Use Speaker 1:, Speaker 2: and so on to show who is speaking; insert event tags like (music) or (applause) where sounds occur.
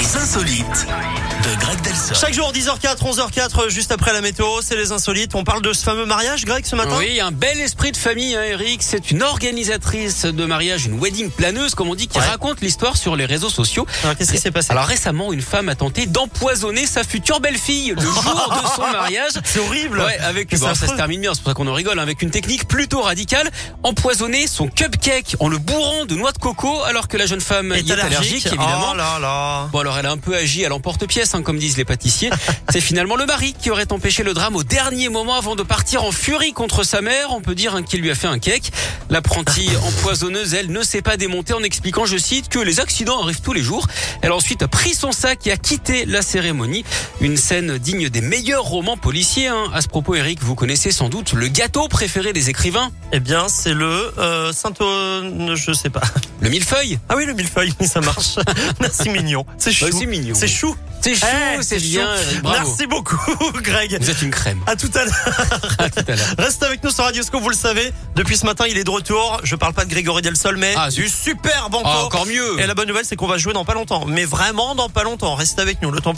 Speaker 1: insolite de Greg Delson.
Speaker 2: Chaque jour, 10h04, 11h04, juste après la météo, c'est les insolites. On parle de ce fameux mariage, Greg, ce matin
Speaker 3: Oui, un bel esprit de famille, hein, Eric. C'est une organisatrice de mariage, une wedding planeuse, comme on dit, qui
Speaker 2: Ouais.
Speaker 3: raconte l'histoire sur les réseaux sociaux.
Speaker 2: Alors, qu'est-ce qui s'est passé
Speaker 3: Alors récemment, une femme a tenté d'empoisonner sa future belle-fille
Speaker 2: (laughs)
Speaker 3: le jour de son mariage.
Speaker 2: C'est horrible
Speaker 3: Ouais, avec
Speaker 2: C'est
Speaker 3: bon, ça
Speaker 2: affreux.
Speaker 3: se termine bien, c'est pour ça qu'on en rigole, hein, avec une technique plutôt radicale, empoisonner son cupcake en le bourrant de noix de coco, alors que la jeune femme
Speaker 2: Et
Speaker 3: y est allergique, évidemment.
Speaker 2: Oh là là
Speaker 3: Bon alors elle a un peu agi à l'emporte-pièce, hein, comme disent
Speaker 2: (laughs)
Speaker 3: les pâtissiers. C'est finalement le mari qui aurait empêché le drame au dernier moment avant de partir en furie contre sa mère. On peut dire hein, qu'il lui a fait un cake.
Speaker 2: (laughs)
Speaker 3: L'apprentie empoisonneuse, elle, ne s'est pas démontée en expliquant, je cite, que les accidents arrivent tous les jours. Elle a ensuite pris son sac et a quitté la cérémonie. Une scène digne des meilleurs romans policiers. hein. À ce propos, Eric, vous connaissez sans doute le gâteau préféré des écrivains,
Speaker 2: Eh bien, c'est le euh, saint euh, je sais pas. (laughs)
Speaker 3: le millefeuille.
Speaker 2: Ah oui, le millefeuille, (laughs) ça marche. Merci, mignon. C'est chou.
Speaker 3: Ouais, Bah c'est mignon.
Speaker 2: C'est chou.
Speaker 3: C'est chou,
Speaker 2: Eh,
Speaker 3: c'est
Speaker 2: chou.
Speaker 3: bien. Bravo.
Speaker 2: Merci beaucoup, (laughs) Greg.
Speaker 3: Vous êtes une crème.
Speaker 2: À tout à l'heure.
Speaker 3: (laughs) À tout à l'heure.
Speaker 2: Reste avec nous sur Radioscope, vous le savez. Depuis ce matin, il est de retour. Je parle pas de Grégory Delsol, mais
Speaker 3: Ah,
Speaker 2: du
Speaker 3: zut.
Speaker 2: super banco.
Speaker 3: Ah, encore mieux.
Speaker 2: Et la bonne nouvelle, c'est qu'on va jouer dans pas longtemps. Mais vraiment dans pas longtemps. Reste avec nous. Le temps